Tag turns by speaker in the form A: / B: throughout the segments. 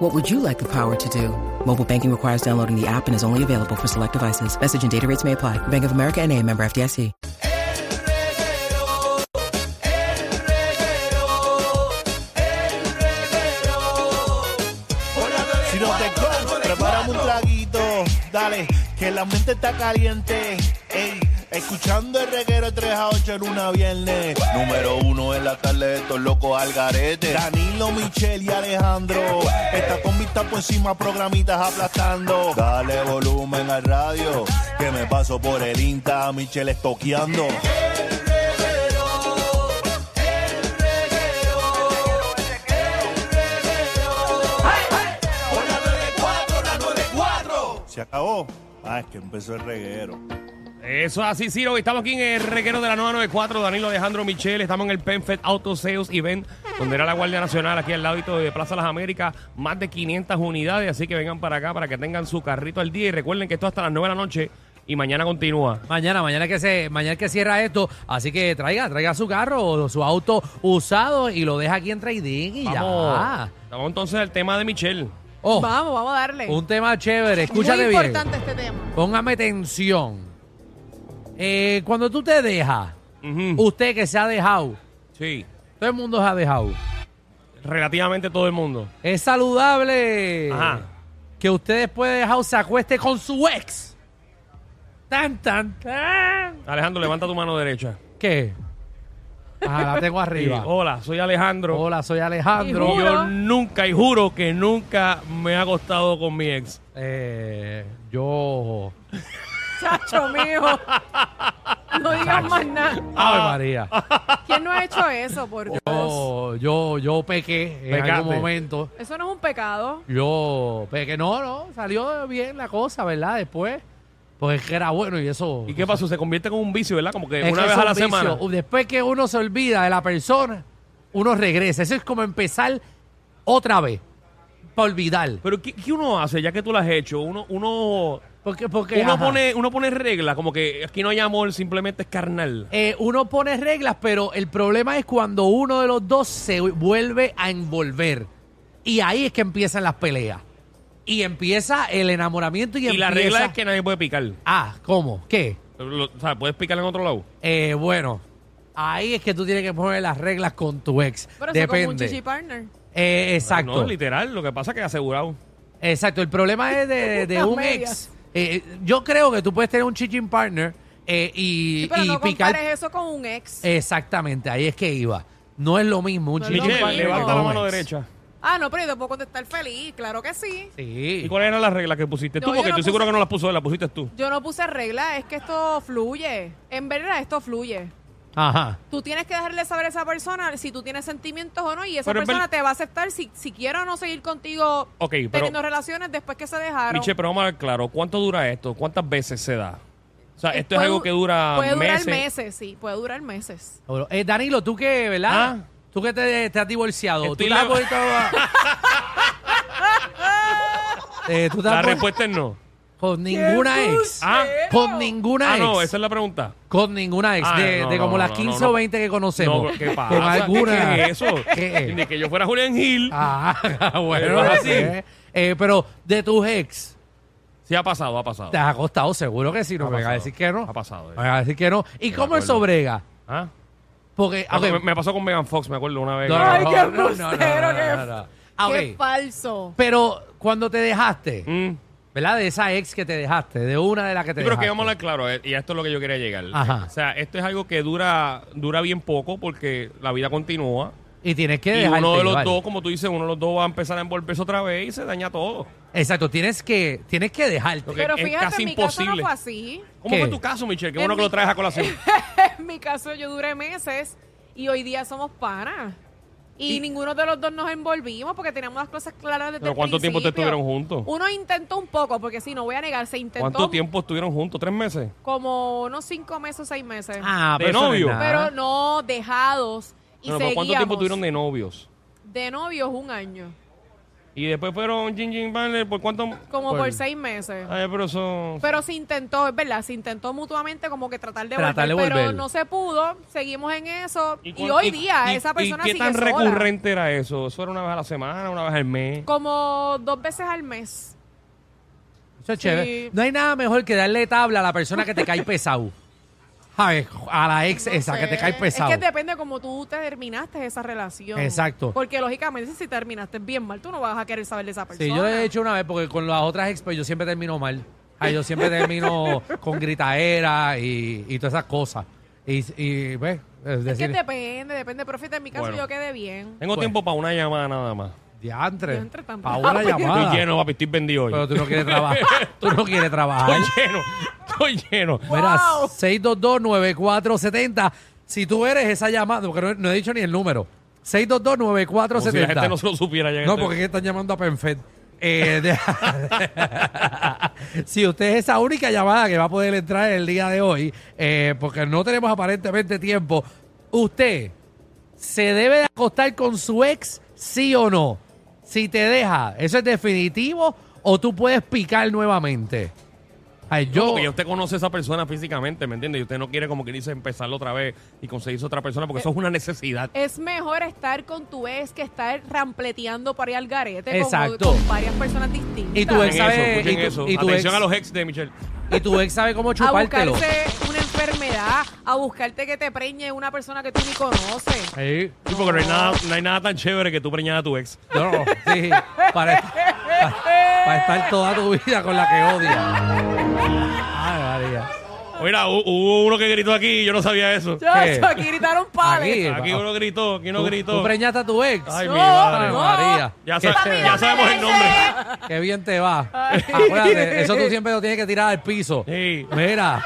A: What would you like the power to do? Mobile banking requires downloading the app and is only available for select devices. Message and data rates may apply. Bank of America and a member FDIC.
B: El reguero, el reguero, el reguero. Por la
C: Si no te
B: 94,
C: comes, prepárame un
B: 94.
C: traguito. Dale, que la mente está caliente. Ey, escuchando el reguero de 3 a 8 en una viernes.
D: Número uno en la tarde de estos locos al garete.
C: Danilo, Michelle y Alejandro. Está con vista por encima, programitas aplastando.
D: Dale volumen al radio, que me paso por el Insta, a Michelle estoqueando.
B: El reguero, el reguero, el reguero. Por la 94, la 94.
D: ¿Se acabó? Ah, es que empezó el reguero.
E: Eso es así, Ciro. Estamos aquí en el reguero de la 994, Danilo Alejandro Michel. Estamos en el PenFed Auto Sales Event, donde era la Guardia Nacional, aquí al ladito de Plaza Las Américas. Más de 500 unidades, así que vengan para acá para que tengan su carrito al día. Y recuerden que esto hasta las 9 de la noche y mañana continúa.
F: Mañana, mañana que se, mañana que cierra esto, así que traiga, traiga su carro o su auto usado y lo deja aquí en trading y
E: Vamos,
F: ya.
E: vamos entonces al tema de Michelle.
F: Oh,
G: Vamos, vamos a darle.
F: un tema chévere, escúchate
G: Muy
F: bien.
G: importante este tema.
F: Póngame tensión. Eh, cuando tú te dejas,
E: Ujú.
F: usted que se ha dejado,
E: Sí,
F: todo el mundo se ha dejado.
E: relativamente todo el mundo.
F: Es saludable
E: Ajá.
F: que usted después de dejado se acueste con su ex. Tan, tan, tan.
E: Alejandro, levanta tu mano derecha.
F: ¿Qué? Ajá, la tengo
E: Y,
F: arriba.
E: hola, soy Alejandro.
F: Hola, soy
E: Y
F: Alejandro.
E: yo nunca, y juro que nunca me he acostado con mi ex.
F: Eh, yo.
G: Chacho mío. No digas más nada.
E: Ah.
F: Ave María.
G: ¿Quién no ha hecho eso, por Dios?
F: Yo, yo, yo pequé en
E: Pecaste.
F: algún momento.
G: Eso no es un pecado.
F: Yo pequé. No, no, salió bien la cosa, ¿verdad? Después. Pues es que era bueno y eso.
E: ¿Y qué pasó? Se convierte en un vicio, ¿verdad? Como que
F: es que
E: una vez
F: es
E: a
F: un
E: la
F: vicio.
E: semana.
F: Después que uno se olvida de la persona, uno regresa. Eso es como empezar otra vez. Para olvidar.
E: Pero ¿qué, qué uno hace ya que tú lo has hecho? Uno, uno,
F: Porque, porque,
E: uno
F: ajá.
E: pone, uno pone reglas, como que aquí no hay amor, simplemente es carnal.
F: Eh, uno pone reglas, pero el problema es cuando uno de los dos se vuelve a envolver. Y ahí es que empiezan las peleas. Y empieza el enamoramiento y,
E: Y, la
F: empieza-
E: regla es que nadie puede picar.
F: Ah, ¿cómo? ¿Qué?
E: Lo- o sea, puedes picar en otro lado.
F: Eh, bueno, ahí es que tú tienes que poner las reglas con tu ex.
G: Pero eso como un chichi
F: Depende.
G: partner.
F: Eh, exacto.
E: No, literal, lo que pasa es que asegurado.
F: Exacto, el problema es de, de
G: Las
F: un
G: medias.
F: ex. Eh, yo creo que tú puedes tener un chichín partner eh, y,
G: Sí, pero
F: y
G: no
F: picar. Eh.
G: compares eso con un ex.
F: Exactamente, ahí es que iba. No es lo mismo un
G: No es lo
F: chichín
E: Michelle,
G: mismo.
F: partner
E: levanta
F: que
E: la
F: un
E: mano
F: ex.
E: derecha.
G: Ah, no, pero yo te puedo contestar feliz. Claro que sí.
F: Sí.
E: ¿Y cuáles eran las reglas que pusiste tú?
G: No, yo
E: Porque
G: no
E: estoy seguro
G: puse-
E: que no las puso él, las pusiste tú.
G: Yo no puse regla, es que esto fluye. En verdad, esto fluye.
F: Ajá.
G: Tú tienes que dejarle saber a esa persona si tú tienes sentimientos o no y esa
E: Pero en
G: persona
E: ver-
G: te va a aceptar si, si quiere o no seguir contigo
E: Ok, pero-
G: teniendo relaciones después que se dejaron.
E: Michelle, pero vamos a ver claro, ¿cuánto dura esto? ¿Cuántas veces se da? O sea, esto es
G: Eh, Puede-
E: algo que dura
G: puede
E: meses.
G: durar meses, sí, puede durar meses.
F: Bueno, eh, Danilo, tú que, ¿verdad?
E: Ah.
F: Tú que te, te has divorciado.
E: Estoy
F: tú te has
E: la-
F: puesto Eh, tú te
E: La
F: has puesto-
E: respuesta es no.
F: Con ninguna ex.
E: Ah,
F: Con ninguna
E: ah,
F: ex.
E: no, esa es la pregunta.
F: Con ninguna ex.
E: Ah,
F: de,
E: no,
F: de
E: no,
F: como
E: no,
F: las
E: no,
F: 15
E: no.
F: o 20 que conocemos.
E: No, pero ¿qué pasa?
F: Con alguna.
E: ¿Qué es eso?
F: ¿Qué?
E: Ni que yo fuera Julián Gil.
F: Ah, bueno,
E: Pero es
F: así.
E: así.
F: Eh, pero de tus ex,
E: Sí, ha pasado, ha pasado.
F: te has acostado seguro que sí. No
E: Ha
F: me vengas a
E: pasado.
F: decir que no.
E: Ha pasado, eh.
F: No me vengas a decir que no. ¿Y
E: me
F: cómo el
E: acuerdo.
F: sobrega?
E: ¿Ah?
F: Porque. Ah, ok,
E: Me, me pasó con Megan Fox, me acuerdo una vez.
F: No, no,
G: Ay,
F: no,
G: qué
F: no, no, no,
G: embustero,
F: no,
G: qué-
F: no, no. Ah,
G: ¡Qué
F: ok.
G: falso!
F: Pero cuando te dejaste,
E: Mm.
F: ¿verdad? De esa ex que te dejaste, de una de las que te
E: Sí, pero
F: dejaste.
E: que vamos a hablar claro, eh, y a esto es lo que yo quería llegar.
F: Ajá.
E: O sea, esto es algo que dura dura bien poco porque la vida continúa.
F: Y tienes que
E: Y
F: dejarte
E: uno de los
F: llevar.
E: dos, como tú dices, uno de los dos va a empezar a envolverse otra vez y se daña todo.
F: Exacto, tienes que, tienes que dejarte.
E: Ok.
G: Pero
E: es
G: fíjate,
E: casi
G: en mi caso
E: imposible.
G: no fue así.
E: ¿Cómo
F: ¿Qué?
E: fue tu caso, Michelle? Qué
G: En
E: bueno que
G: mi-
E: lo traes a colación.
G: en mi caso yo duré meses y hoy día somos panas. Y, ninguno de los dos nos envolvimos porque teníamos las cosas claras desde
E: ¿Pero
G: el
E: cuánto tiempo ustedes
G: principio.
E: estuvieron juntos?
G: Uno intentó un poco, porque sí, no voy a negar, se intentó
E: ¿Cuánto tiempo estuvieron juntos? ¿Tres meses?
G: como unos cinco meses o seis meses.
F: Ah,
E: De
F: pero eso no es
E: novio.
F: nada.
G: Pero no, dejados. Y
E: No, no, pero ¿Cuánto tiempo
G: seguíamos.
E: tuvieron de novios?
G: De novios un año.
E: Y después fueron Jin Jin Banner por cuánto...
G: Como
F: Por-
G: por seis meses.
E: Ay, pero eso...
G: Pero se intentó, es verdad, se intentó mutuamente como que tratar de
F: Tratar de
G: volver, pero
F: volver.
G: no se pudo, seguimos en eso y,
E: cuán-
G: hoy
E: y-
G: día
E: y-
G: esa persona
E: ¿Y qué
G: sigue
E: tan
G: sola.
E: recurrente era eso? ¿Eso era una vez a la semana, una vez al mes?
G: Como dos veces al mes.
F: Eso es chévere.
G: Sí.
F: No hay nada mejor que darle tabla a la persona que te cae pesado. ¿Sabes? A la ex
G: No
F: esa que
G: sé.
F: te cae pesado.
G: Es que depende como tú te terminaste esa relación.
F: Exacto.
G: Porque lógicamente si terminaste bien mal, tú no vas a querer saber de esa persona.
F: Sí, yo lo he hecho una vez porque con las otras ex, pues, yo siempre termino mal. Ay, yo siempre termino con gritaera y, y todas esas cosas. Y, y pues, es
G: Es que
F: decir,
G: depende, depende. Pero fíjate, en mi caso
E: Bueno.
G: yo quedé bien.
E: Tengo
F: Pues-
E: tiempo para una llamada nada más.
F: diantre.
G: Yo entre tanto.
F: Pa' una llamada.
E: Estoy lleno, papi, estoy vendido hoy.
F: Ah. Pero tú no quieres trabajar. tú no quieres trabajar.
E: Estoy lleno, estoy lleno.
F: Mira,
G: Wow.
F: 622-9470. Si tú eres esa llamada, porque no, no he dicho ni el número. 622-9470.
E: Como si la gente no se lo supiera ya. este-
F: No, porque es que están llamando a Penfed. Eh, de- si usted es esa única llamada que va a poder entrar en el día de hoy, eh, porque no tenemos aparentemente tiempo, usted se debe de acostar con su ex, sí o no. Si te deja, ¿eso es definitivo o tú puedes picar nuevamente? Ay, yo,
E: Porque ya usted conoce a esa persona físicamente, ¿me entiende? Y usted no quiere, como que dice, empezarlo otra vez y conseguirse otra persona, porque eso es una
F: Eh,
E: necesidad.
G: Es mejor estar con tu ex que estar rampleteando para ir al garete con-
F: Exacto.
G: Con, varias personas distintas.
F: Y tu ex
E: Escuchen
F: pues, sabe-
E: eso,
F: y
E: escuchen
F: tu-
E: eso.
F: y tu
E: Atención
F: ex-
E: a los ex de Michelle.
F: y tu ex sabe cómo
G: a
F: chupártelo.
G: buscarse una enfermedad, a buscarte que te preñe una persona que tú ni conoces.
F: Sí.
E: Sí, porque no hay, nada, no hay nada tan chévere que tú preñar a tu ex.
F: No, no, sí, para, para- para estar toda tu vida con la que odia. Ay, María.
E: Mira, hu- hubo uno que gritó aquí y yo no sabía eso.
G: Chacho, aquí gritaron
F: Aquí,
G: pales.
E: Aquí uno gritó, aquí uno
F: ¿Tú, tú
E: gritó.
F: preñaste a tu ex.
E: Ay, mi
F: Ay,
E: madre.
F: María.
E: Ya,
F: qué,
E: sa-
F: chévere,
E: ya sabemos el nombre.
F: qué bien te va. Acuérdate, eso tú siempre lo tienes que tirar al piso.
E: Sí.
F: Mira,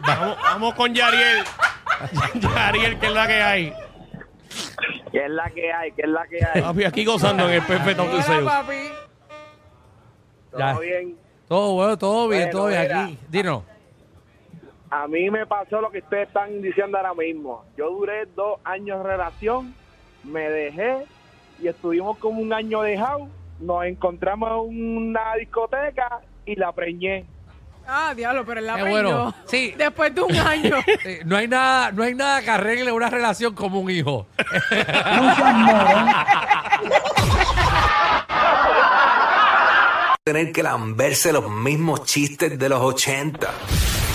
E: Vamos, vamos con Yariel. Yariel, que es la que hay.
H: ¿Qué es la que hay? ¿Qué es la que hay?
E: Papi, aquí gozando en el perfecto
G: Hola,
E: autoseo.
G: papi.
H: ¿Todo
F: ya.
H: bien?
F: todo bueno, todo bien, todo bien
H: Bueno, mira.
F: aquí. Dinos.
H: A mí me pasó lo que ustedes están diciendo ahora mismo. Yo duré dos años de relación, me dejé y estuvimos como un año dejados. Nos encontramos en una discoteca y la preñé.
G: Ah, diablo, pero él la
F: Qué
G: preñó.
F: bueno. Sí.
G: Después de un año.
F: Eh, no hay nada, no hay nada que arregle una relación como un hijo.
I: tener que lamberse los mismos chistes de los 80.